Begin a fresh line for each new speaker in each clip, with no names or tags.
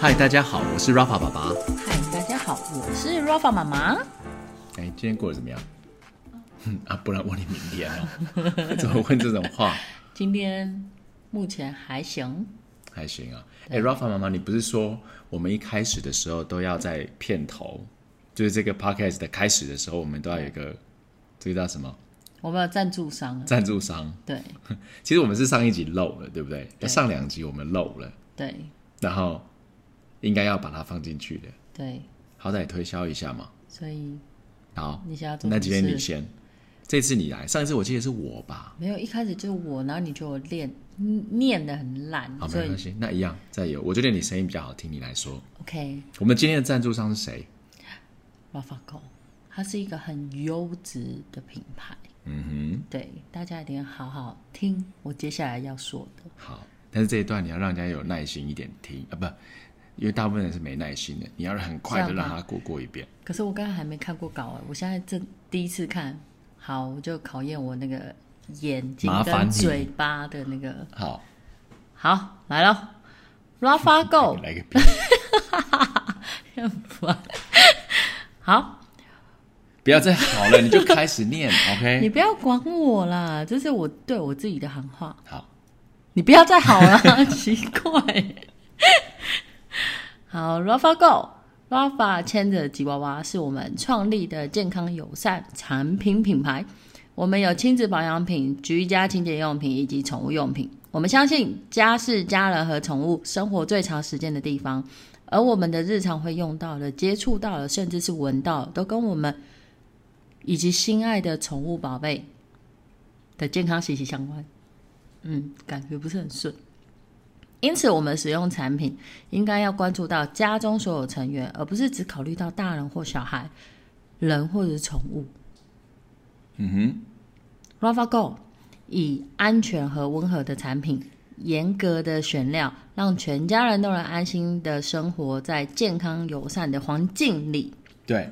嗨，大家好，我是 Rafa 爸爸。
嗨，大家好，我是 Rafa 妈妈。
哎，今天过得怎么样？ 哼啊，不然问你明天哦。 怎么问这种话？
今天目前还行，
还行啊。哎，Rafa 妈妈，你不是说我们一开始的时候都要在片头，就是这个 podcast 的开始的时候，我们都要有一个这个叫什么
我们有赞助商，
赞助商？
对
其实我们是上一集漏了，对不对？
对
上两集我们漏了，
对
然后应该要把它放进去的，
对，
好歹推销一下嘛。
所以
好，
你想要做
那今天
什
你
么事
先，这次你来，上一次我记得是我吧？
没有一开始就我，然后你就练念的很烂
好，，
所
没关
以
系，那一样再有，我觉得你声音比较好听，你来说。
OK
我们今天的赞助商是谁？
Rafa Go，它是一个很优质的品牌，
嗯
对大家一定要好好听我接下来要说的。
哼，好，但是这一段你要让人家有耐心一点听啊，不，因为大部分人是没耐心的，你要很快的
这
让
样吗
他过过一遍。
可是我刚才还没看过稿哎，我现在这第一次看，好，我就考验我那个眼睛
麻烦
跟
你
嘴巴的那个。
好，
好，来了，Rafa Go，
来个屁，
好，
不要再好了，你就开始 念
你
，OK？
不要管我啦，这是我对我自己的行话，
好，
你不要再好了， 奇怪。好，Rafa Go，Rafa 牵着吉娃娃是我们创立的健康友善产品品牌，我们有亲子保养品、居家清洁用品以及宠物用品。我们相信家是家人和宠物生活最长时间的地方，而我们的日常会用到的、接触到的，甚至是闻到的，都跟我们以及心爱的宠物宝贝的健康息息相关。嗯，感觉不是很顺。因此，我们使用产品应该要关注到家中所有成员，而不是只考虑到大人或小孩、人或者是宠物。
嗯哼，
Rafa Go 以安全和温和的产品、严格的选料，让全家人都能安心的生活在健康友善的环境里。
对，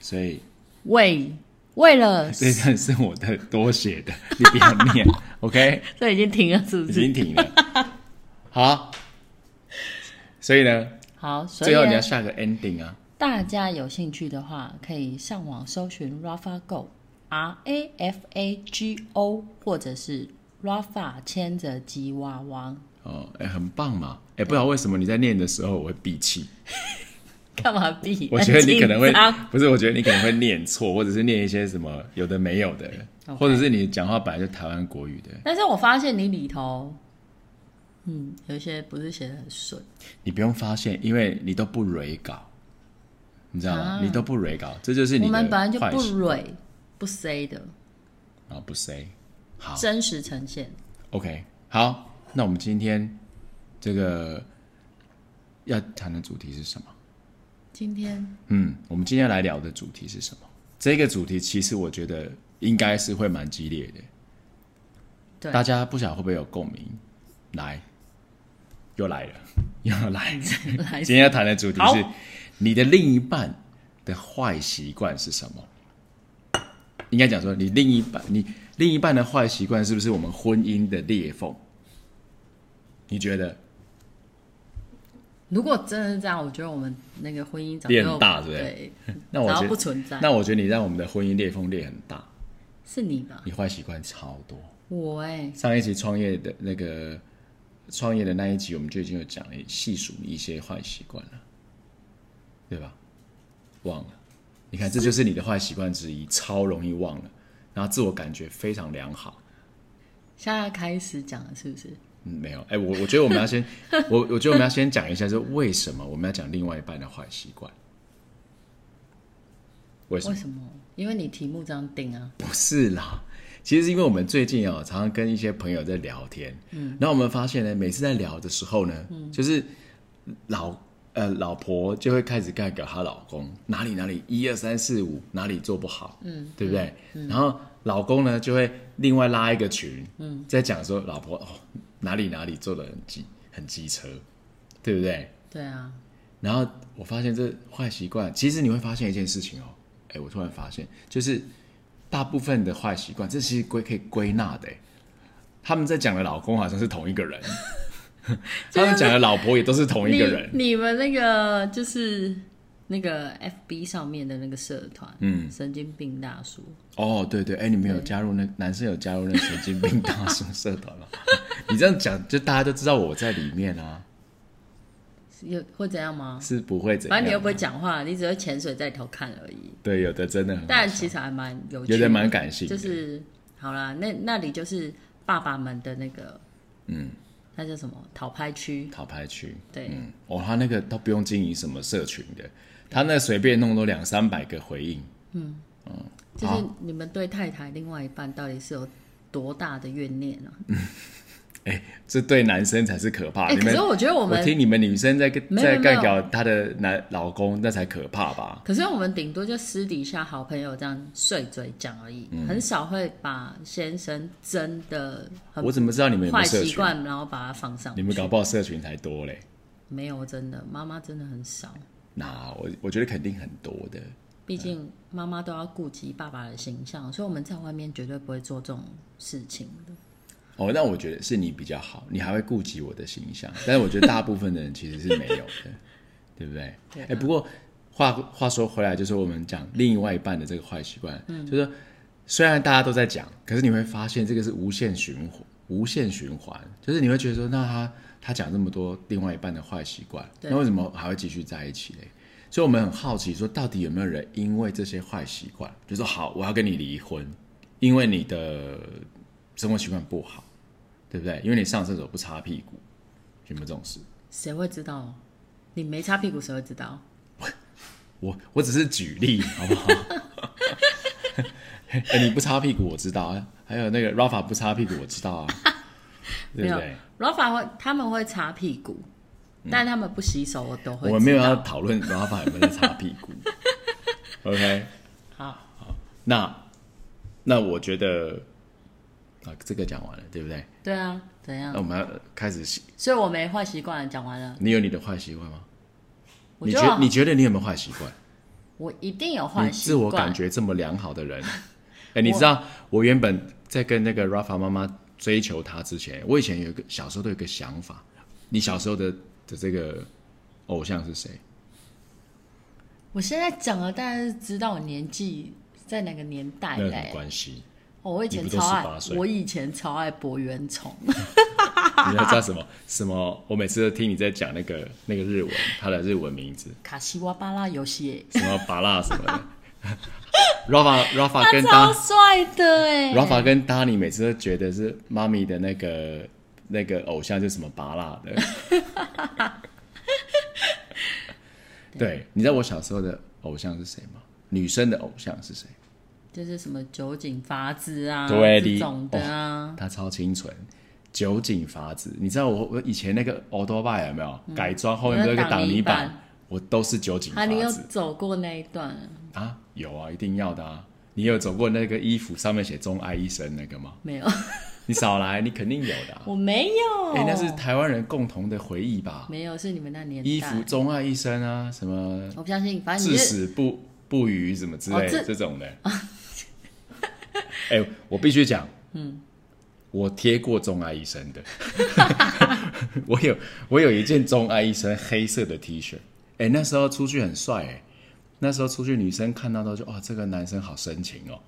所 以
为为了，
这一段是我的多写的， 你不要念 ，OK？
这已经停了，是不
已
是？
经停了。 好，所以呢，
好，所以啊
最后你
呢
要下个 ending 啊。
大家有兴趣的话，可以上网搜寻 Rafa Go R A F A G O，或者是 Rafa 牵着吉娃娃，
哦，哎、很棒嘛！哎、不知道为什么你在念的时候我会闭 气，
干嘛闭？
我觉得你可能会
很紧张
不是，我觉得你可能会念错，或者是念一些什么有的没有的
OK
或者是你讲话本来就台湾国语的，
但是我发现你里头，嗯，有一些不是写的很顺。
你不用发现，因为你都不蕊稿，你知道吗？
啊
你都不蕊稿，这就是你
我
的
们本来就
坏
不
习
蕊不 say 的，
啊，不 say 好
真实呈现。
，OK，好，那我们今天这个要谈的主题是什么？
今天
嗯，我们今天来聊的主题是什么？这个主题其实我觉得应该是会蛮激烈的。
对
大家不晓得会不会有共鸣？来，又来了， 又来了。
来
今天要谈的主题是
嗯好
你的另一半的坏习惯是什么？应该讲说，你另一半，你另一半的坏习惯是不是我们婚姻的裂缝？你觉得
如果真的是这样，我觉得我们那个婚姻早
变
就
大对不
对，
那我
早
觉
就不
得，
存在。
那我觉得你让我们的婚姻裂缝裂很大，
是你吧？
你坏习惯超多。
我哎、
上一集创业的那个创业的那一集，我们就已经有讲了细数一些坏习惯了，对吧？忘了，你看这就是你的坏习惯之一，超容易忘了，然后自我感觉非常良好。
现在开始讲了，是不是？
嗯，没有，哎、我我觉得我们要先， 我我觉得我们要先讲一下，就是为什么我们要讲另外一半的坏习惯？为什么
为？什么？因为你题目这样定啊。
不是啦，其实是因为我们最近哦，常常跟一些朋友在聊天，嗯，然后我们发现呢，每次在聊的时候呢，就是老呃老婆就会开始干给她老公哪里哪里一二三四五哪里做不好，嗯，对不对？然后老公呢就会另外拉一个群，嗯，在讲说老婆哦哪里哪里做的很机很机车，对不对？
对啊，
然后我发现这坏习惯，其实你会发现一件事情哦，哎，我突然发现，就是大部分的坏哎习惯，这其实归可以归纳的诶。他们在讲的老公好像是同一个人， 他们讲的老婆也都是同一个人，
你你们那个就是那个 FB 上面的那个社团，嗯，神经病大叔，
哦，对对，哎、你们有加入那男生有加入那神经病大叔社团吗？ 你这样讲，就大家都知道我在里面啊，
有会怎样吗？
是不会怎
反
样。
正你又不会讲话，你只会潜水在里头看而已。
对，有的真的很好
但其实还蛮有趣
啊有的蛮感性的
就是好啦，那那里就是爸爸们的那个，嗯，那叫什么讨拍区？
讨拍区，
对
嗯，哦，他那个都不用经营什么社群的，他那随便弄都两三百个回应，
就是你们对太太另外一半到底是有多大的怨念啊？
哎，这对男生才是可怕。
哎、
你
可
们
是我觉得我
我
们，
听你们女生在
没有
在
没有
干掉她的男老公，那才可怕吧？
可是我们顶多就私底下好朋友这样碎嘴讲而已，
嗯
很少会把先生真的很
我怎么知道你们有没
坏
有社
习
群？
惯，然后把它放上
你们搞不好社群才多嘞。
没有真的，妈妈真的很少，
那我我觉得肯定很多的。
毕竟妈妈都要顾及爸爸的形象，所以我们在外面绝对不会做这种事情的。
哦，那我觉得是你比较好，你还会顾及我的形象，但是我觉得大部分的人其实是没有的，对不对？
对啊
哎、不过话话说回来，就是我们讲另外一半的这个坏习惯，
嗯
就是说虽然大家都在讲，可是你会发现这个是无限循环，无限循环，就是你会觉得说，那他他讲这么多另外一半的坏习惯，
对
那为什么还会继续在一起嘞？所以我们很好奇，说到底有没有人因为这些坏习惯，就说好，我要跟你离婚，因为你的生活习惯不好，对不对？因为你上厕所不擦屁股，有没有这种事？
谁会知道？你没擦屁股，谁会知道？
我我只是举例，好不好？ 哎、你不擦屁股我知道啊，还有那个 Rafa 不擦屁股我知道啊，对
没
不
有
对？嗯
，Rafa 会他们会擦屁股，但他们不洗手，我都会知
我
道。
们没有要讨论 Rafa 有没有在擦屁股 ，OK？
好，
那那我觉得啊，这个讲完了，对不对？
对啊，怎
那
样？
我们要开始，
所以我没坏习惯，讲完了。
你有你的坏习惯吗？
我
你
就
觉你觉得你有没有坏习惯？
我一定有
你
坏习
自我
惯
感，觉这么良好的 人，哎、你知道我原本在跟那个 Rafa 妈妈追求她之前，我以前有一个小时候都有一个想法，你小时候的的这个偶像是谁？
我现在讲了，大家是知道我年纪在哪个年代
那有
嘞、
什么关 系？
哦我以前
你不都
超爱
18，岁
我以前超爱博元 崇，
你要知道什么什么？我每次都听你在讲那个那个日文，他的日文名字
卡西瓦巴拉游戏耶，
什么巴拉什么 的。Rafa Rafa
他
跟
超
他
帅的哎、
Rafa 跟 Dani 每次都觉得是妈咪的那个那个偶像，就是什么拔蜡的。 对，你知道我小时候的偶像是谁吗？女生的偶像是谁？
就是什么酒井法子啊，
对
这
你哦
种的啊，
她超清纯，酒井法子。你知道我我以前那个 o d o b i 有没有、改装后面嗯不是有个挡泥
那挡泥
板
板？
我都是酒井
啊，
法
你有
子
走过那一段？
啊，有啊，一定要的啊。你有走过那个衣服上面写“钟爱医生”那个吗？
没有，
你少来，你肯定有的、啊。
我没有，
哎、那是台湾人共同的回忆吧？
没有，是你们那年代。
衣服钟爱一生啊，什么
我不相信，反正你
至
是
死不不渝什么之类
哦这
这种的。 哎、我必须讲，嗯，我贴过钟爱一生的， 我有我有一件钟爱一生黑色的 T 恤，哎、那时候出去很帅哎、那时候出去女生看到都就哇，这个男生好深情哦，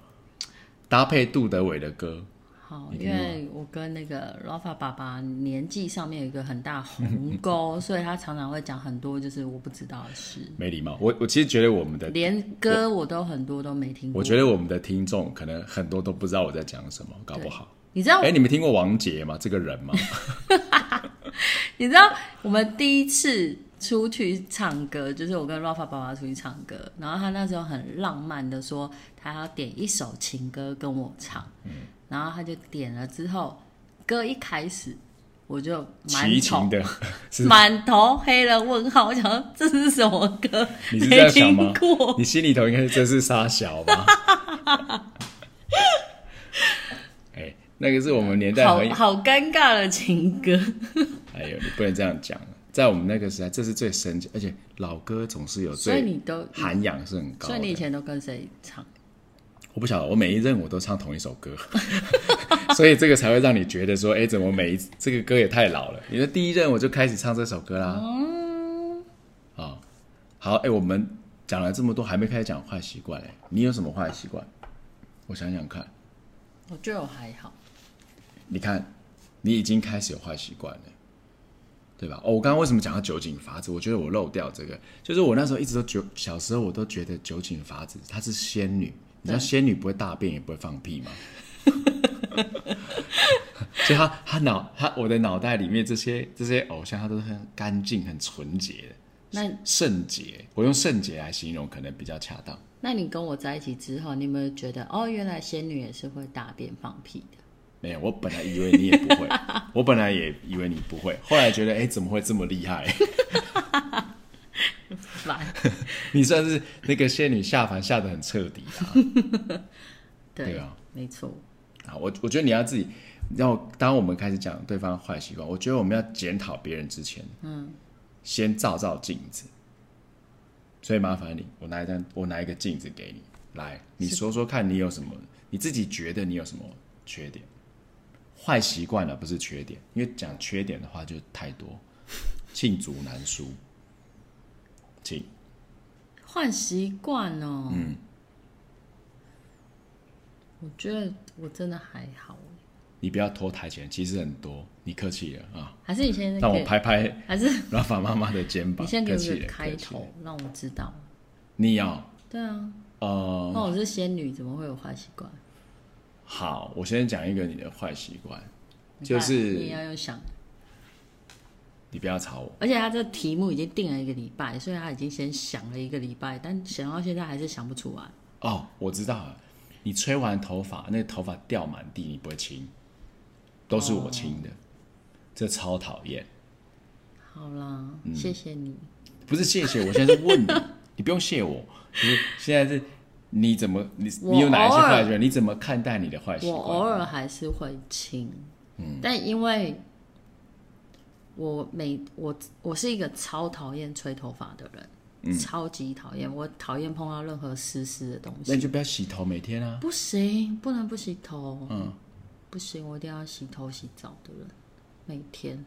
搭配杜德伟的歌，
好，因为我跟那个 Rafa 爸爸年纪上面有一个很大鸿 沟，所以他常常会讲很多就是我不知道的事，
没礼貌。我我其实觉得我们的
连歌我都很多都没听过。
我觉得我们的听众可能很多都不知道我在讲什么，搞不好。
你知道
哎、，你们听过王杰吗？这个人 吗？
你知道我们第一次出去唱歌，就是我跟 Rafa 爸爸出去唱歌，然后他那时候很浪漫的说他要点一首情歌跟我唱，
嗯
然后他就点了之后，歌一开始我就满
齐
头
秦的， 是
满头黑人问号，我想说这是什么歌？
你是这样
没
想吗
听过？
你心里头应该是这是沙小吧？ 哎、那个是我们年代
好
很，
好尴尬的情歌，
哎呦，你不能这样讲。在我们那个时代，这是最神奇，而且老歌总是有
所以
最
你都，
涵养是很高的。
所以你以前都跟谁唱？
我不晓得，我每一任我都唱同一首歌， 所以这个才会让你觉得说，哎、怎么每一这个歌也太老了？你的第一任我就开始唱这首歌啦。哦，好，哎、我们讲了这么多，还没开始讲坏习惯哎，你有什么坏习惯？我想想看，
我觉得我还好，
你看，你已经开始有坏习惯了，对吧？哦，我刚刚为什么讲到酒井法子？我觉得我漏掉这个，就是我那时候一直都酒，小时候我都觉得酒井法子她是仙女，你知道仙女不会大便也不会放屁吗？ 所以她她脑她我的脑袋里面这些这些偶像，她都是很干净、很纯洁的。
那
圣洁，我用圣洁来形容可能比较恰当。
那你跟我在一起之后，你有没有觉得哦，原来仙女也是会大便放屁的？
没有，我本来以为你也不会，我本来也以为你不会，后来觉得哎、诶怎么会这么厉害？
烦，
你算是那个仙女下凡下的很彻底啊！
对
对啊
没错，
啊，我我觉得你要自己，要当我们开始讲对方坏习惯，我觉得我们要检讨别人之前，嗯，先照照镜子。所以麻烦你，我拿一张，我拿一个镜子给你，来，你说说看你有什么，你自己觉得你有什么缺点，坏习惯了不是缺点，因为讲缺点的话就太多，罄竹难书，请。
换习惯哦。嗯，我觉得我真的还好，
你不要拖台前，其实很多，你客气了啊！
还是你先
让我
给，
拍拍
还是
拉法妈妈的肩
你
膀，
先给
客
我
气
一
了，
个开
客气了
头，让我知道。
你要
对啊，
呃，
那我是仙女，怎么会有坏习惯？
好，我先讲一个你的坏习惯，
你
就
看
是
你也要有想，
你不要吵我。
而且他这题目已经定了一个礼拜，所以他已经先想了一个礼拜，但想到现在还是想不出来。
哦，我知道了，你吹完头发，那个头发掉满地，你不会清，都是
哦
我清的，这超讨厌。
好啦，
嗯
谢谢你。
不是谢谢，我现在是问你，你不用谢我，就是现在是你怎么你
我
你有哪一些
偶尔
坏习惯？你怎么看待你的坏习
我偶
惯？嗯
尔还是会亲，但因为我每我我是一个超讨厌吹头发的人，
嗯
超级讨厌，我讨厌碰到任何湿湿的东
那你
西，
就不要洗头，每天啊。
不行，不能不洗头，
嗯
不行，我一定要洗头洗澡的人，每天。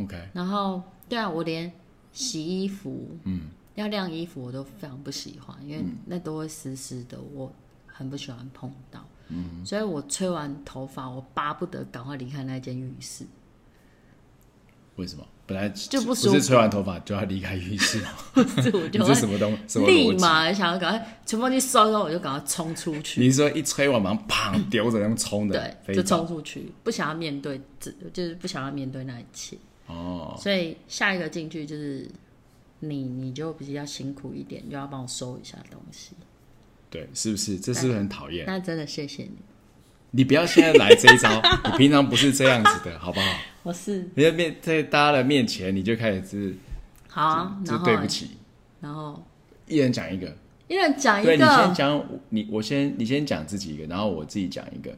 ，OK。
然后对啊，我连洗衣服，嗯，要晾衣服我都非常不喜欢，因为那都会湿湿的，我很不喜欢碰到。嗯，所以我吹完头发，我巴不得赶快离开那间浴室。
为什么？本来
就不
不
舒服
是吹完头发就要离开浴 室吗？
所以我
你
就
这什
会
么东什么逻
立
辑？
马想要赶快吹风机收一收，我就赶快冲出去。
你是说一吹完马上砰丢着那么冲的
对，
飞
就
走？
冲出去，不想要面对，自，就是不想要面对那一切。
哦，
所以下一个进去就是你，你就比较辛苦一点，你就要帮我收一下东西。
对，是不是？这是不是很讨厌？
那真的谢谢你，
你不要现在来这一 招，你平常不是这样子的，好不好？
我是
你在面在大家的面前，你就开始是
好啊，
就
然后
对不起，
然后
一人讲一个。
一人讲一
对你先
个，
讲你，我先你先讲自己一个，然后我自己讲一个，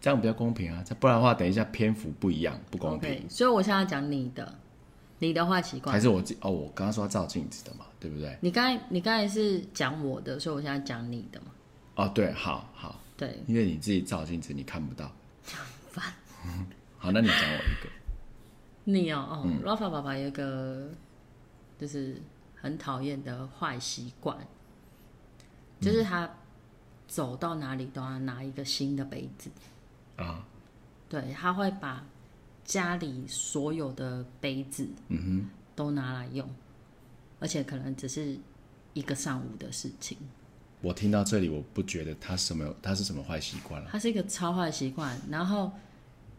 这样比较公平啊。不然的话，等一下篇幅不一样，不公平。
OK。所以我现在讲你的，你的坏习
还
惯。
是我自己哦，我刚刚说要照镜子的嘛，对不对？
你刚才你刚才是讲我的，所以我现在讲你的嘛。
哦，对，好好，
对，
因为你自己照镜子你看不到。 好，那你讲我一个。
你哦哦、r
嗯
a f a 爸爸有一个就是很讨厌的坏习惯，就是他走到哪里都要拿一个新的杯子。
啊，
对，他会把家里所有的杯子，嗯哼，都拿来用，而且可能只是一个上午的事情。
我听到这里，我不觉得他什么，他是什么坏习惯了、
他是一个超坏习惯，然后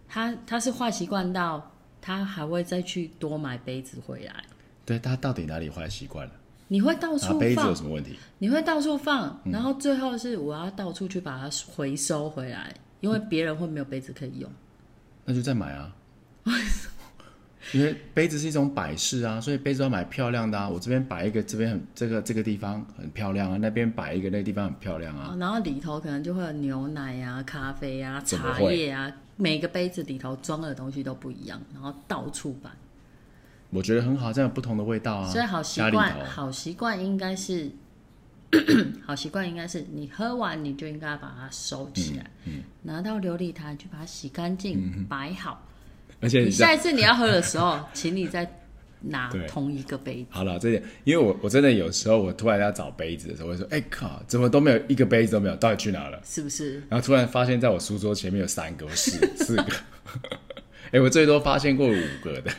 他他是坏习惯到他还会再去多买杯子回来，
对他到底哪里坏习惯了？
你会到
拿
处
杯子嗯有
放，
什么问题？
你会到处放，然后最后是我要到处去把它回收回来，因为别人会没有杯子可以用。
那就再买啊。 因为杯子是一种摆饰啊，所以杯子要买漂亮的啊。我这边摆一个，这边很这个这个地方很漂亮啊，那边摆一个，那个地方很漂亮啊。
哦然后里头可能就会有牛奶啊、咖啡啊、
怎么
茶
会
叶啊，每个杯子里头装的东西都不一样，然后到处摆。
我觉得很好，这样有不同的味道啊。
所以好习
家里
惯，
头
好习惯应该是 好习惯应该是你喝完你就应该把它收
嗯
起来，拿到琉璃台去把它洗干净、摆好。
而且
你
你知道
下一次你要喝的时候，请你再拿
对
同一个杯子。
好了，这点，因为我我真的有时候我突然要找杯子的时候，我会说，哎、靠，怎么都没有一个杯子都没有，到底去哪了？
是不 是？
然后突然发现，在我书桌前面有三个、四四个， 哎、我最多发现过五个的，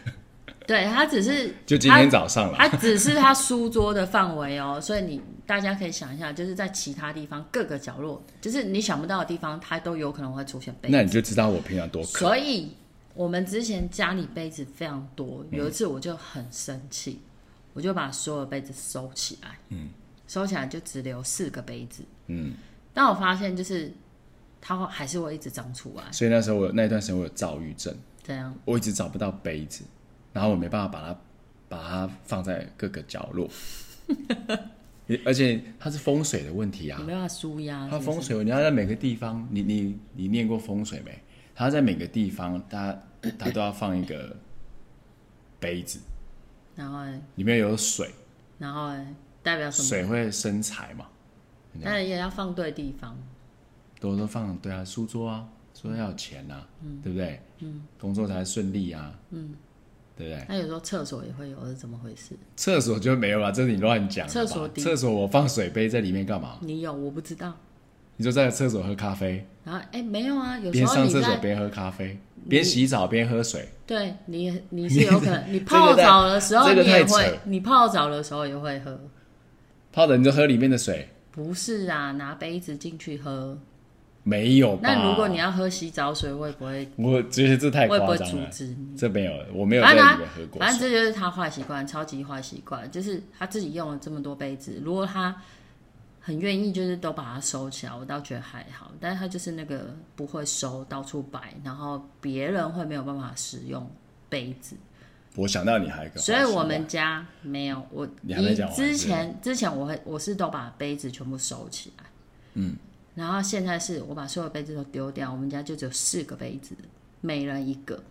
对，它只是
就今天早上了。
它只是它书桌的范围哦， 所以你大家可以想一下，就是在其他地方各个角落，就是你想不到的地方，它都有可能会出现杯子。
那你就知道我平常多渴。
所以我们之前家里杯子非常多，有一次我就很生气，我就把所有杯子收起来，嗯，收起来就只留四个杯子，
嗯，
但我发现就是它会还是会一直长出来，
所以那时候我那一段时间我有躁郁症，
这样
我一直找不到杯子，然后我没办法把它把它放在各个角落， 也而且它是风水的问题啊
你。没办法舒压，
它
是不是
风水，你要在每个地方，你你你念过风水没？它在每个地方，它它都要放一个杯子，
然后欸
里面有水，
然后欸代表什么？
水会生财嘛，
但也要放对地方，
都都放对啊，书桌啊，书桌要有钱啊，对不对？嗯，工作才顺利啊，嗯，对不对？
那有时候厕所也会有，是怎么回事？
厕所就没有了，这是你乱讲的吧。
厕所的
厕所我放水杯在里面干嘛？
你有我不知道。
你就在厕所喝咖啡，
然后哎、欸没有啊，有时
边
候
上
你
厕所
在
边喝咖啡，边洗澡边喝水。
对你，你是有可能，你
这个
泡澡的时候
这
你
个
也
太扯
会，你泡澡的时候也会喝，
泡的你就喝里面的水，
不是啊？拿杯子进去喝。
没有吧？
那如果你要喝洗澡水，会不会
我觉得这太
会不
夸
会
张
阻
了，
止你？
这没有，我没有在
反
里
正他
面喝，过
反正
水。
这就是他坏习惯，超级坏习惯，就是他自己用了这么多杯子，如果他很愿意，就是都把它收起来，我倒觉得还好。但是他就是那个不会收，到处摆，然后别人会没有办法使用杯子，
我想到你还有一个坏习
所
惯，
以我们家没有我。
你还没讲完
之前之前我会我是都把杯子全部收起来，嗯，然后现在是我把所有杯子都丢掉，我们家就只有四个杯子，每人一个，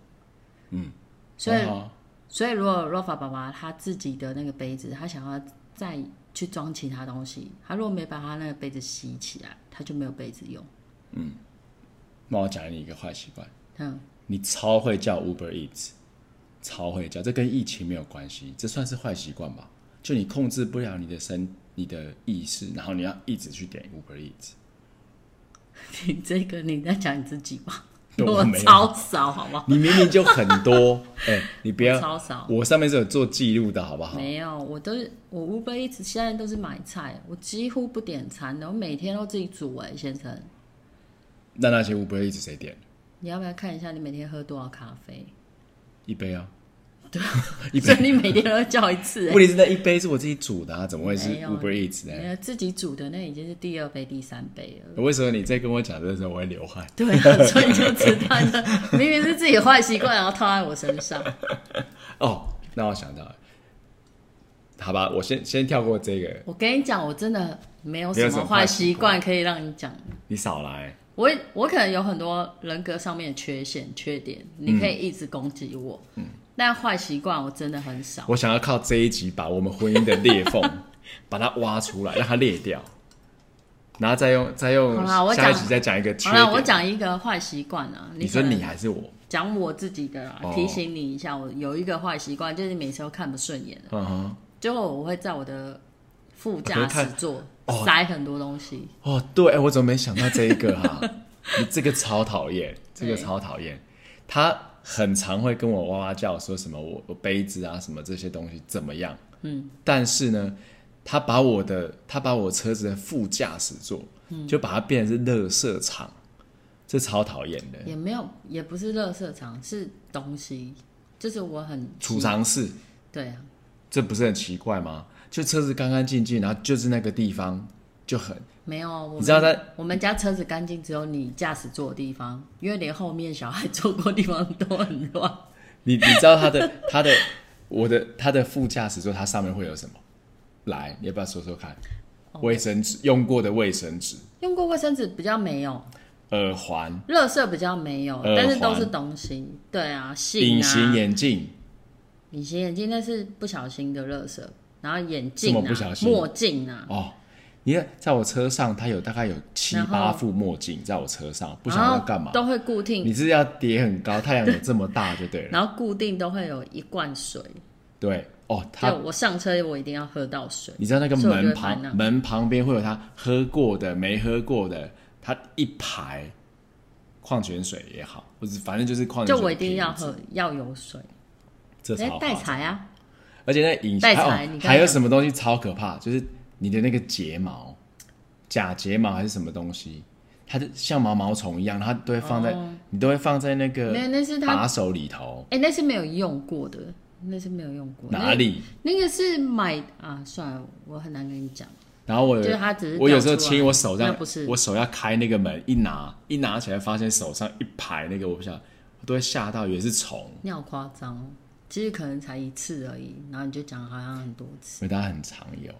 嗯，
所以
很好
所以如果 Rafa 爸爸他自己的那个杯子，他想要再去装其他东西，他如果没把他那个杯子洗起来，他就没有杯子用。
那我讲你一个坏习惯，
嗯，
你超会叫 Uber Eats，超会叫，这跟疫情没有关系，这算是坏习惯吧？就你控制不了你的身、你的意识，然后你要一直去点 Uber Eats。
你这个你在讲你自己吧，
对我没有
超少，好不好？
你明明就很 多，哎、你不要，
超少，
我上面是有做记录的，好不好？
没有，我都是我 Uber 一直现在都是买菜，我几乎不点餐的，我每天都自己煮哎、先生，
那那些 Uber Eats 谁点？
你要不要看一下你每天喝多少咖啡？
一杯啊，一
所以
杯。
你每天都叫一次、哎
问题是那一杯是我自己煮的、啊，怎么会是
没有
Uber Eats 呢？
没有自己煮的那已经是第二杯、第三杯了。
为什么你在跟我讲的时候我会流汗？
对 啊，所以就知道呢，明明是自己坏习惯，然后套在我身上。
哦，那我想到了，好吧，我先先跳过这个，
我跟你讲，我真的没有
没
什
有什
么
么
坏
坏
习
习
惯可以让你讲。
你少来。
我我可能有很多人格上面的缺陷、缺点，你
嗯
可以一直攻击我。嗯，但坏习惯我真的很少。
我想要靠这一集把我们婚姻的裂 缝把它挖出来，让它裂掉，然后再用再
好
用
啦我
下一
讲
集再讲一个缺
好了，
点。
我讲一个坏习惯啊，
你
可
说
能
你还是我？
讲我自己的啦，啊
哦
提醒你一下，我有一个坏习惯，就是每次都看不顺眼，
嗯哼，
最后我会在我的副驾
我
驶
看
座
哦
塞很多东西。
哦，对，哎我怎么没想到这一个哈、 你这个超讨厌，这个
对
超讨厌。他很常会跟我哇哇叫，说什么我我杯子啊什么这些东西怎么样？嗯，但是呢，他把我的他把我车子的副驾驶座，
嗯
就把它变成是垃圾场，这超讨厌的。
也没有，也不是垃圾场，是东西，就是我很
储藏室，
对啊，
这不是很奇怪吗？就车子干干净净，然后就是那个地方就很，
没有，我们
你知道在
我们家车子干净，只有你驾驶座的地方，因为连后面小孩坐过的地方都很乱。
你你知道他的他的我的他的副驾驶座，它上面会有什么？来，你要不要说说看？卫生纸用过的卫生纸、
用过卫生纸比较没有，
耳环、
垃圾比较没有，
耳环
但是都是东西。对啊，信啊，
隐形眼镜，
隐形眼镜那是不小心的垃圾，然后眼
这
镜
么
啊
不小，心
墨镜啊，
哦，你看，在我车上，它有大概有七
然后
八副墨镜在我车上，不
然
晓
后
得要干嘛。
都会固定，
你是要叠很高，太阳有这么大就对了。
然后固定都会有一罐水。
对，哦，
对
它，
我上车我一定要喝到水。
你知道那个
所以我就
门
会烦恼
旁门旁边会有他喝过的、没喝过的，他一排矿泉水也好，或者反正就是矿泉
就
水，
我一定要，喝，要有水。
这
哎
超，
带
划算
财啊！
而且那隐
带
形
财
还
你
有
刚刚
还有什么东西超可怕？就是你的那个睫毛，假睫毛还是什么东西，它就像毛毛虫一样，它都会放在、你都会放在那个
哦没有那是它
呃把手里头，
哎、那是没有用过的，那是没有用过。
哪里？
那？那个是买啊，算了，我很难跟你讲。
然后我有
就是它只是
我有时候
掉出来
亲我手这样，
那不是
我手要开那个门，一拿一拿起来发现手上一排那个，我不想我都会吓到，以为是虫，
你好夸张哦，其实可能才一次而已，然后你就讲好像很多次。
因为它很常有。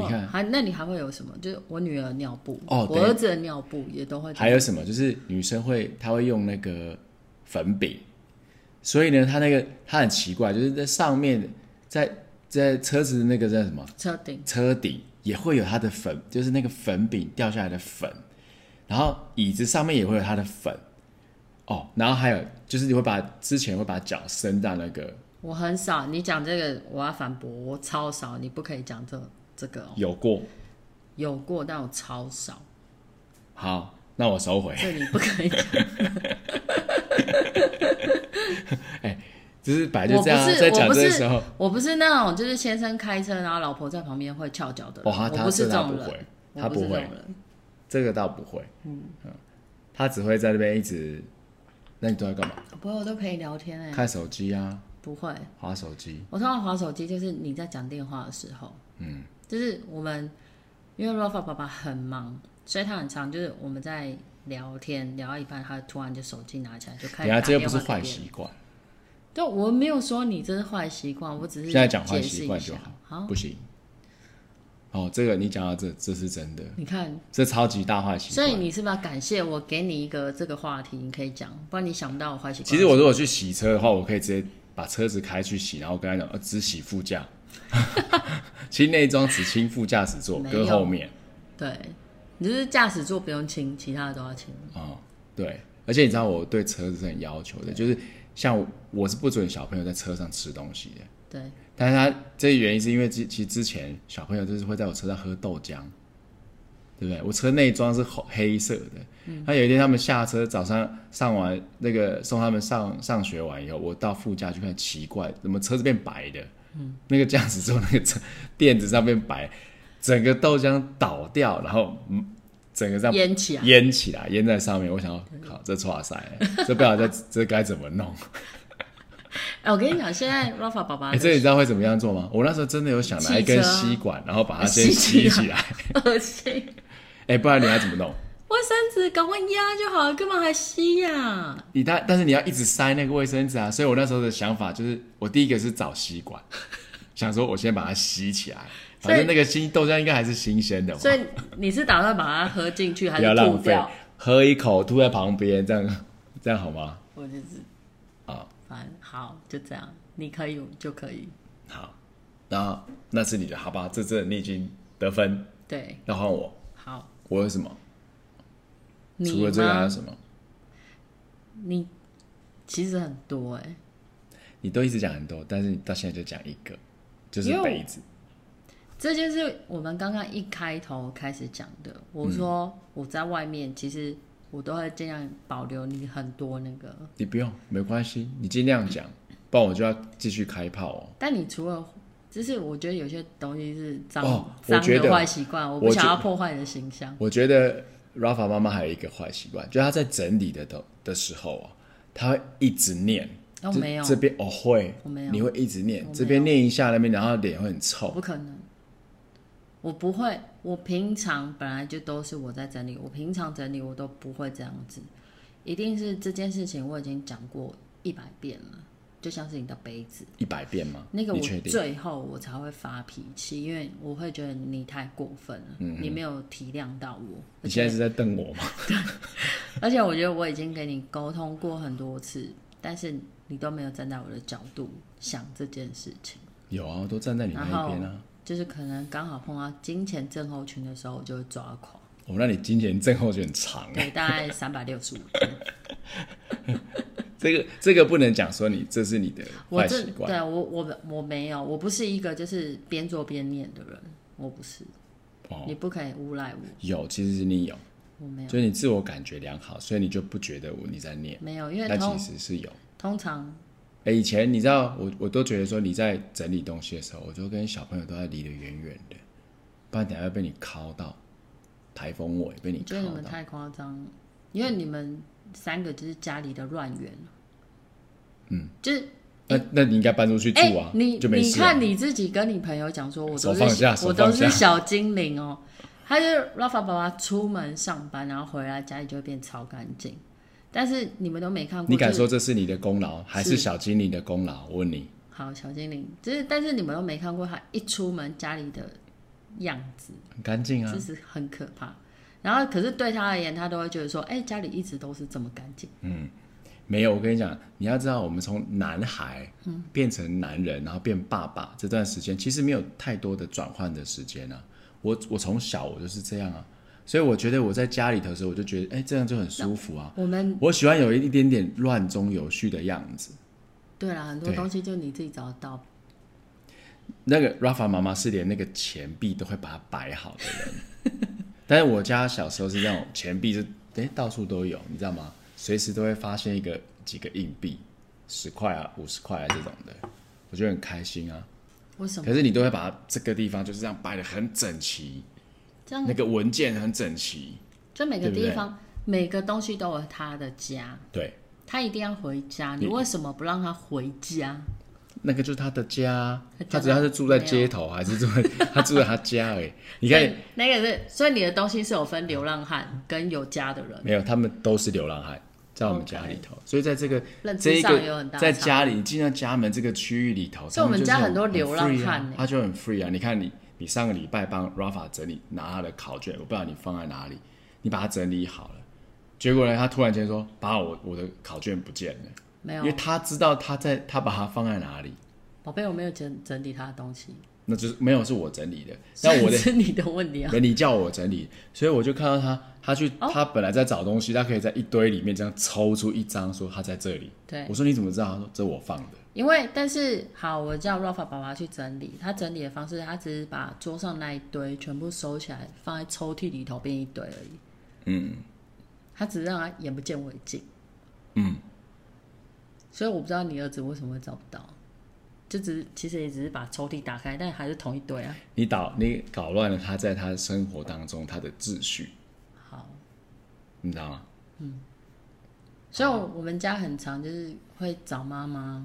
你看
哦、还那你还会有什么？就是我女儿尿布，
哦
我
对
儿子的尿布也都会。
还有什么？就是女生会，她会用那个粉饼，所以呢，她那个她很奇怪，就是在上面，在在车子的那个叫什么
车顶，
车顶也会有她的粉，就是那个粉饼掉下来的粉，然后椅子上面也会有她的粉，哦，然后还有就是你会把之前会把脚伸到那个
我很少。你讲这个，我要反驳，我超少，你不可以讲这这个、哦。
有过，
有过，但我超少，
好，那我收回。
这你不可以讲。
就是本来就
我不
这样啊，
是，
在讲
我不
这
是
个时候，
我不是那种就是先生开车，然后老婆在旁边会翘脚的人。
哦，他
我
他
不是
这
这
他
种
不
人
会，，
我
他
不
不
是这
会
种，人。
这个倒不会，嗯他只会在那边一直，那你都在干嘛？
不会，我都可以聊天哎、
看手机啊，
不会。
划手机，
我通常划手机就是你在讲电话的时候，嗯，就是我们因为 Rafa 爸爸很忙，所以他很常就是我们在聊天聊到一半，他突然就手机拿起来就开
等
始
下
打
这又
电
不
话
是
给别
坏
人。
习惯，
对，我没有说你这是坏习惯，我只是
现在讲坏
解释
习
一
惯就
下
好，不行。哦，这个你讲到这，这是真的，
你看，
这超级大坏习
所以
惯。
你是不是要感谢我给你一个这个话题，你可以讲，不然你想不到我坏习惯。
其实我如果去洗车的话，我可以直接把车子开去洗，然后跟他讲，呃，只洗副驾， 清内装，只清副驾驶座，
没
搁
有
后面。
对，你就是驾驶座不用亲，其他的都要亲。
哦，对，而且你知道我对车子是很要求的，就是像我我是不准小朋友在车上吃东西的，
对，
但是他这个原因是因为其其实之前小朋友就是会在我车上喝豆浆，对不对？我车内装是红黑色的，那、有一天他们下车，早上上完那个送他们上上学完以后，我到副驾去看，奇怪，怎么车子变白的？嗯，那个驾驶座那个车 垫子上面白，整个豆浆倒掉，然后嗯，整个这样
烟起来。
淹起来，淹在上面。我想要，靠，这哇塞，这不晓得这这该怎么弄。
哎、我跟你讲，现在 Rafa 爸 爸
哎、这你知道会怎么样做吗？我那时候真的有想拿一根吸管，然后把它先吸
吸
起
起
来。
恶心。
哎、不然你要怎么弄？
卫生纸赶快压就好了，干嘛还吸呀、
你但但是你要一直塞那个卫生纸啊。所以我那时候的想法就是，我第一个是找吸管，想说我先把它吸起来，
所以
反正那个新豆浆应该还是新鲜的嘛，
所以你是打算把它喝进去还
不
是
要
吐
浪费
掉？，
喝一口吐在旁边，这样这样好吗？
我就是
啊，
反正好就这样，你可以我就可以。
好，那那是你的，好吧？这这你已经得分，
对，
要换我，
好，
我有什么？除
你
了这个还有
吗？
什么？
你其实很多哎、
你都一直讲很多，但是你到现在就讲一个，就是
因为我
杯子。
这就是我们刚刚一开头开始讲的。我说
嗯
我在外面，其实我都会尽量保留你很多那个。
你不用，没关系，你尽量讲，不然我就要继续开炮哦。
但你除了，就是我觉得有些东西是脏
哦我
脏、
觉得
的坏习惯，我
我
不
觉
想要破坏你的形象。
我觉得 Rafa 妈妈还有一个坏习惯，就是她在整理的的的时候哦，她会一直念。
哦
这
没有
这边哦会
我没，有哦
你会一直念
我没，有
这边念一下那边，然后脸会很
我
臭。
不可能，我不会。我平常本来就都是我在整理，我平常整理我都不会这样子，一定是这件事情我已经讲过一百遍了，就像是你的杯子。
一百遍吗？
那个我
你确定？
最后我才会发脾气，因为我会觉得你太过分了，你没有体谅到我。
嗯你现在是在瞪我吗？
而且我觉得我已经跟你沟通过很多次，但是你都没有站在我的角度想这件事情。
有啊，我都站在你那一边啊。
就是可能刚好碰到金钱症候群的时候，我就会抓狂。
我、哦、那你金钱症候群很长哎、
对，大概三百六十五
这个这个不能讲说你这是你的
我
坏
这
习惯，
对我我我没有，我不是一个就是边做边念的人，我不是。
哦
你不可以诬赖我，
有其实是你有，
我没有
就是你自我感觉良好，所以你就不觉得我你在念，
没有，因为
但其
通
实是有。
通常
哎、以前你知道我我都觉得说你在整理东西的时候，我就跟小朋友都要离得远远的，不然等下会被你敲到台风尾，被你
我觉
敲
得你们
到。
太夸张了，因为你们三个就是家里的乱源。嗯，就是
那那你应该搬出去住
哎、
啊，
你
就没
你
事、啊。
看你自己跟你朋友讲说，我
手
都
放
是
下
我
手
都
放
是
下
小精灵哦。他就是 Rafa 爸爸出门上班，然后回来家里就会变超干净。但是你们都没看过，
你敢
就是
说这是你的功劳，还是小精灵的功劳？我问你，
好小精灵？就是但是你们都没看过他一出门家里的样子，
很干净啊
就，是很可怕。然后可是对他而言，他都会觉得说，哎、家里一直都是这么干净。
没有。我跟你讲，你要知道，我们从男孩变成男人，然后变爸爸这段时间，其实没有太多的转换的时间啊。我我从小我就是这样啊，所以我觉得我在家里头的时候，我就觉得，哎、这样就很舒服啊。
我们
我喜欢有一点点乱中有序的样子。
对啦，很多
对
东西就你自己找得到。
那个 Rafa 妈妈是连那个钱币都会把它摆好的人，但是我家小时候是那种钱币是哎到处都有，你知道吗？随时都会发现一个几个硬币，十块啊、五十块啊这种的，我觉得很开心啊。
为什么
可是你都会把它这个地方就是这样摆的很整齐，
这样
那个文件很整齐，
就每个
对不
地
对
方每个东西都有他的家，
对，
他一定要回家。你
你
为什么不让他回家？
那个就是他的家
他家，
他只要是住在街头 还是住在他住在他家而已。你
所
看
以那个是，所以你的东西是有分流浪汉跟有家的人，
没有，他们都是流浪汉，在我们家里头所以在这个
认知
这一
上有很
个
大
在
差别
家里，你进到家门这个区域里头，
所以我们
他就是
家很多流浪汉
很 free
欸
啊他就很 free 啊。你看你，你上个礼拜帮 Rafa 整理拿他的考卷，我不知道你放在哪里，你把它整理好了，结果呢，他突然间说：“把我我的考卷不见了。”
没
因为
有
他知道他在他把它放在哪里，
宝贝，我没有整整理他的东西，
那就是没有是我整 理的，那我的
所以是你的问题啊。哦
没你叫我整理，所以我就看到他，他去，他本来在找东西，他可以在一堆里面这样抽出一张，说他在这里。
对
我，说你怎么知道？他说这我放的。
因为但是好，我叫 Rafa 爸爸去整理，他整理的方式，他只是把桌上那一堆全部收起来，放在抽屉里头变一堆而已。
嗯，
他只是让他眼不见为净。
嗯，
所以我不知道你儿子为什么会找不到，就只是其实也只是把抽屉打开，但还是同一堆啊。
你搞你搞乱了他在他生活当中他的秩序，
好，
你知道吗？哦
所以我我们家很常就是会找妈妈，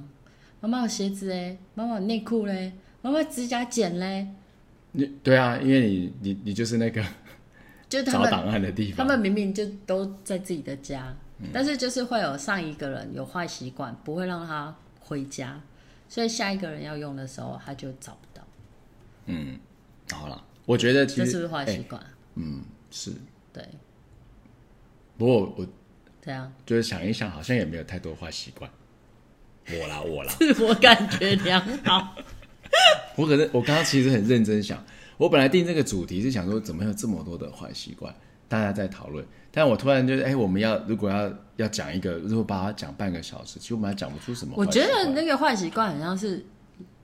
妈妈有鞋子嘞，妈妈有内裤嘞，妈妈有指甲剪嘞，
你对啊，因为你你你就是那个
就是他
找
们
档案的地
他
方。嗯
们明明就都在自己的家，但是就是会有上一个人有坏习惯，不会让他回家，所以下一个人要用的时候他就找不到，
嗯，好了，我觉得其
这
实
是不是坏习
哎
惯？
嗯是，
对，
不过我我
这样
就是想一想，好像也没有太多坏习惯。我啦我啦，
自我感觉良好。
我可能我刚刚其实很认真想，我本来定这个主题是想说怎么会有这么多的坏习惯，大家在讨论。但我突然就是，哎、我们要如果要要讲一个，如果把它讲半个小时，其实我们还讲不出什么坏
我
习
觉
惯。
得那个坏习惯好像是，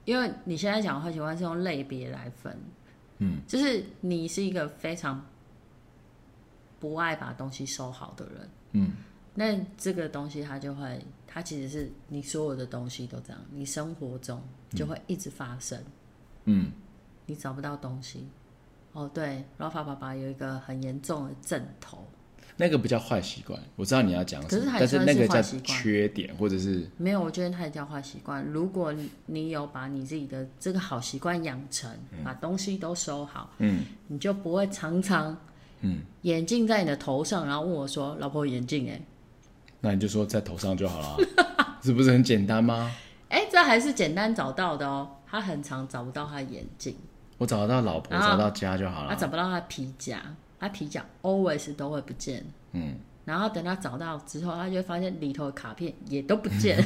因为你现在讲的坏习惯是用类别来分，嗯，就是你是一个非常不爱把东西收好的人，
嗯，
那这个东西它就会，它其实是你所有的东西都这样，你生活中就会一直发生，
嗯，
你找不到东西。哦，对，Rafa 爸爸有一个很严重的症头，
那个不叫坏习惯，我知道你要讲什
可
么
是，它也
但是
算
那
是
个叫
坏习惯
缺点，或者是
没有，我觉得它也叫坏习惯。如果你你有把你自己的这个好习惯养成，把东西都收好，
嗯，
你就不会常常，
嗯，
眼镜在你的头上，然后问我说：“老婆，眼镜、欸？”
那你就说在头上就好了 啊，是不是很简单吗？
哎，哎，这还是简单找到的哦。他很常找不到他的眼镜，
我找得到老婆，
啊
找到家就好
他
了。
找不到他的皮夹，他皮夹 always 都会不见。
嗯，
然后等他找到之后，他就会发现里头的卡片也都不见。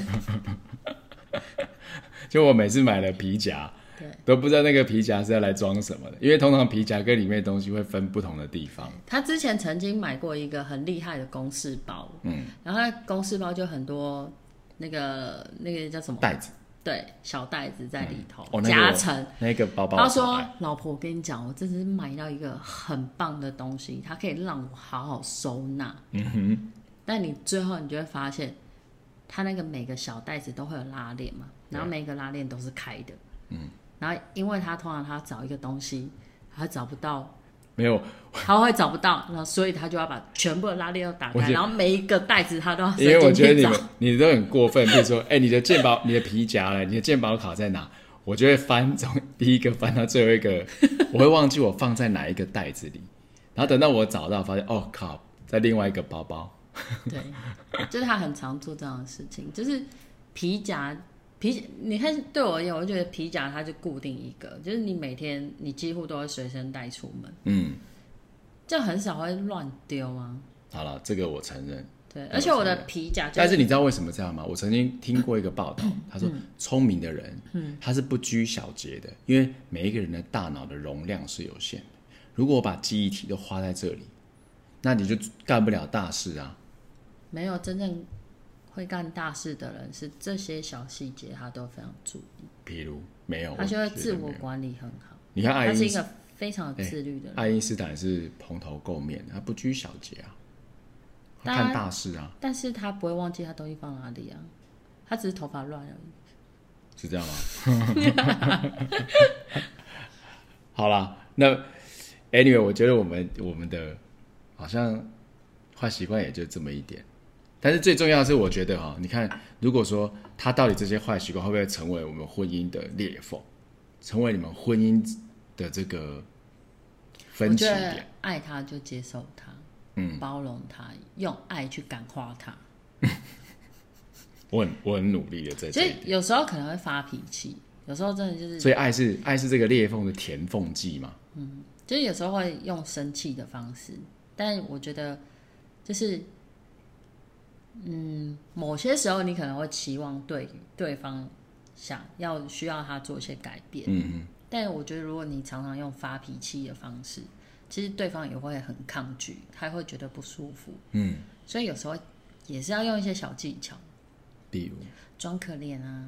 就我每次买了皮夹，
对，
都不知道那个皮夹是要来装什么的，因为通常皮夹跟里面的东西会分不同的地方。
他之前曾经买过一个很厉害的公事包，
嗯，
然后他公事包就很多那个那个叫什么
袋子
对，小袋子在里头、
哦，那个
夹
我
层。
那个包包，
他说：“老婆，我跟你讲，我这次买到一个很棒的东西，它可以让我好好收纳。
嗯哼，
但你最后你就会发现，它那个每个小袋子都会有拉链嘛，然后每个拉链都是开的。
嗯，
然后因为他通常他找一个东西，他找不到，
没有，
他会找不到，然后所以他就要把全部的拉链都打
我觉
开，
得
然后每一个袋子他都要
因为我
伸
觉得你
进去 找
们。你都很过分，比如说， 哎、你的健保、你的皮夹了，你的健保卡在哪？我就会翻从第一个翻到最后一个，我会忘记我放在哪一个袋子里，然后等到我找到，发现哦靠，在另外一个包包。
对，就是他很常做这样的事情，就是皮夹。皮夹，你看，对我而言，我就觉得皮夹它就固定一个，就是你每天你几乎都会随身带出门，
嗯，
就很少会乱丢啊。
好了，这个我承认。
对，
对
而且我的
我承认
皮夹、就是，
嗯但是你知道为什么这样吗？我曾经听过一个报道，
嗯
他说聪明的人，他是不拘小节的，因为每一个人的大脑的容量是有限的。如果我把记忆体都花在这里，那你就干不了大事啊。
没有真正会干大事的人，是这些小细节他都非常注意，
比如没有，
他就会自
哦觉得没
我
有
管理很好，
你看爱
他是
因
一
斯
个非常有自律的人。
爱因斯坦是蓬头垢面，他不拘小节啊，他看大事啊，
但是他不会忘记他东西放哪里啊，他只是头发乱而已。
是这样吗？ 好啦，那 anyway，我觉得我们我们的好像坏习惯也就这么一点，但是最重要的是，我觉得哈，你看，如果说他到底这些坏习惯会不会成为我们婚姻的裂缝，成为你们婚姻的这个
我
分歧
觉
点？
得爱他就接受他，嗯，包容他，用爱去感化他。
我很我很努力的在
所
这一
以
点，
有时候可能会发脾气，有时候真的就是，
所以爱是爱是这个裂缝的填缝剂嘛。
就是有时候会用生气的方式，但我觉得就是，嗯，某些时候你可能会期望对对方想要需要他做一些改变，
嗯嗯，
但我觉得，如果你常常用发脾气的方式，其实对方也会很抗拒，他会觉得不舒服。
嗯，
所以有时候也是要用一些小技巧，
比如
装可怜啊，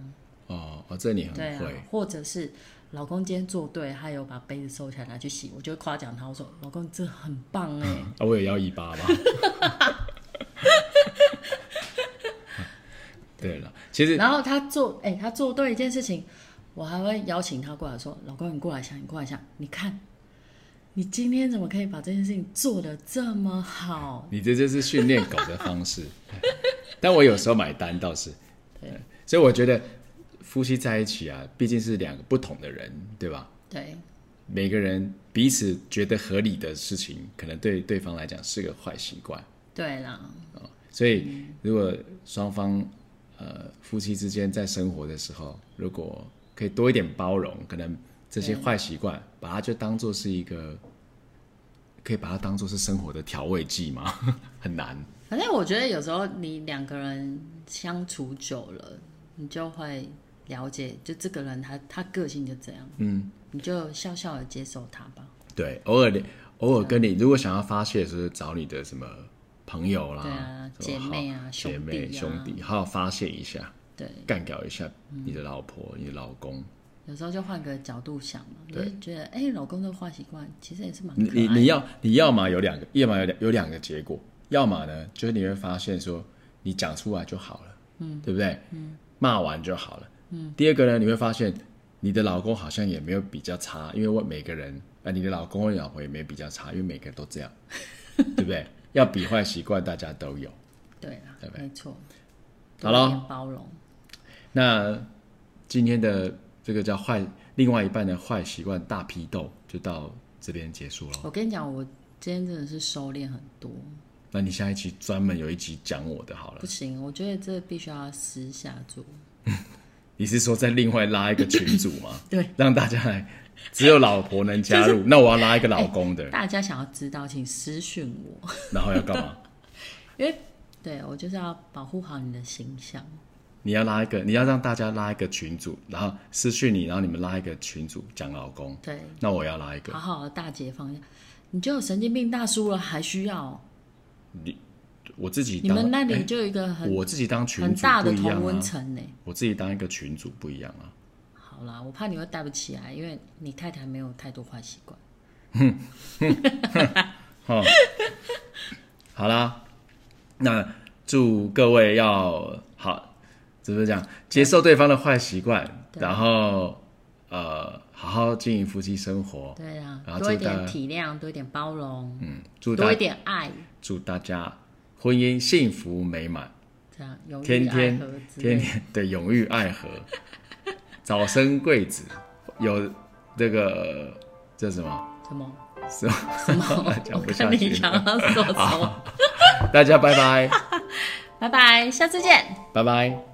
哦哦，这你很
对啊
会，，
或者是老公今天做对，他有把杯子收起来拿去洗，我就会夸奖他，我说老公你真的很棒哎、
啊，我有幺一八吧。 对了，其实
然后他做，哎、他做对一件事情，我还会邀请他过来说：“老公，你过来一下，你过来一下，你看，你今天怎么可以把这件事情做得这么好？
你这就是训练狗的方式，但我有时候买单倒是，对所以我觉得夫妻在一起啊，毕竟是两个不同的人，对吧？
对，
每个人彼此觉得合理的事情，可能对对方来讲是个坏习惯。
对啦，
所以，如果双方呃夫妻之间在生活的时候，如果可以多一点包容，可能这些坏习惯，把它就当做是一个，可以把它当做是生活的调味剂吗？ 很难。
反正我觉得有时候你两个人相处久了，你就会了解，就这个人他他个性就这样，
嗯，
你就笑笑的接受他吧。
对，偶尔偶尔跟你
啊
如果想要发泄的时候，找你的什么朋友啦，
对啊
什么好
姐妹啊
姐妹
兄弟啊
兄弟，好好发泄一下，
对，
干掉一下你的老婆、你的老公。
有时候就换个角度想嘛，你就
对
觉得哎、老公这个坏习惯其实也是蛮
你
可
你
爱
你
的。
要你要么有两个，要么有两有两个结果，要么呢就是你会发现说你讲出来就好了，嗯，对不对？嗯，骂完就好了，嗯。第二个呢，你会发现你的老公好像也没有比较差，因为我每个人啊、呃你的老公或你老婆也没比较差，因为每个人都这 样，对不对？要比坏习惯大家都有。
对啦
对不，对
没错，
好
多
咯
一点包容。
那今天的这个叫坏另外一半的坏习惯大批斗就到这边结束了。
我跟你讲，我今天真的是收敛很多，
那你下一期专门有一集讲我的好了
不。行，我觉得这必须要私下做。？
你是说再另外拉一个群组吗
对，
让大家来，只有老婆能加入，那我要拉一个老公的，
大家想要知道，请私讯我，
然后要干嘛？
因为对我就是要保护好你的形象。
你要拉一个，你要让大家拉一个群组，然后私讯你，然后你们拉一个群组讲老公，
对，
那我要拉一个
好，好的大解放一下，你就有神经病大叔了，还需要哦、
我自己
你
当
们那里
哎
就有一个很、
我自己当群
很
主
大
不
的
一样
同温
啊，
层呢。
我自己当一个群主不一样啊，
好啦，我怕你会带不起来，因为你太太没有太多坏习惯。
好啦，那祝各位要好，怎么讲？接受对方的坏习惯，然后呃，好好经营夫妻生活。
对啊
然，后
多一
这个
点体谅，多一点包容，
嗯，祝大
多一点爱，
祝大家婚姻幸福美满，
这样永
天
浴爱
天
河之类
天
的。
天对永浴爱河，早生贵子，有这个这什么
什么
什么？？
什么
讲
我
不下
看
去
你想要 说什么？
大家拜拜，
拜拜，下次见。
拜拜。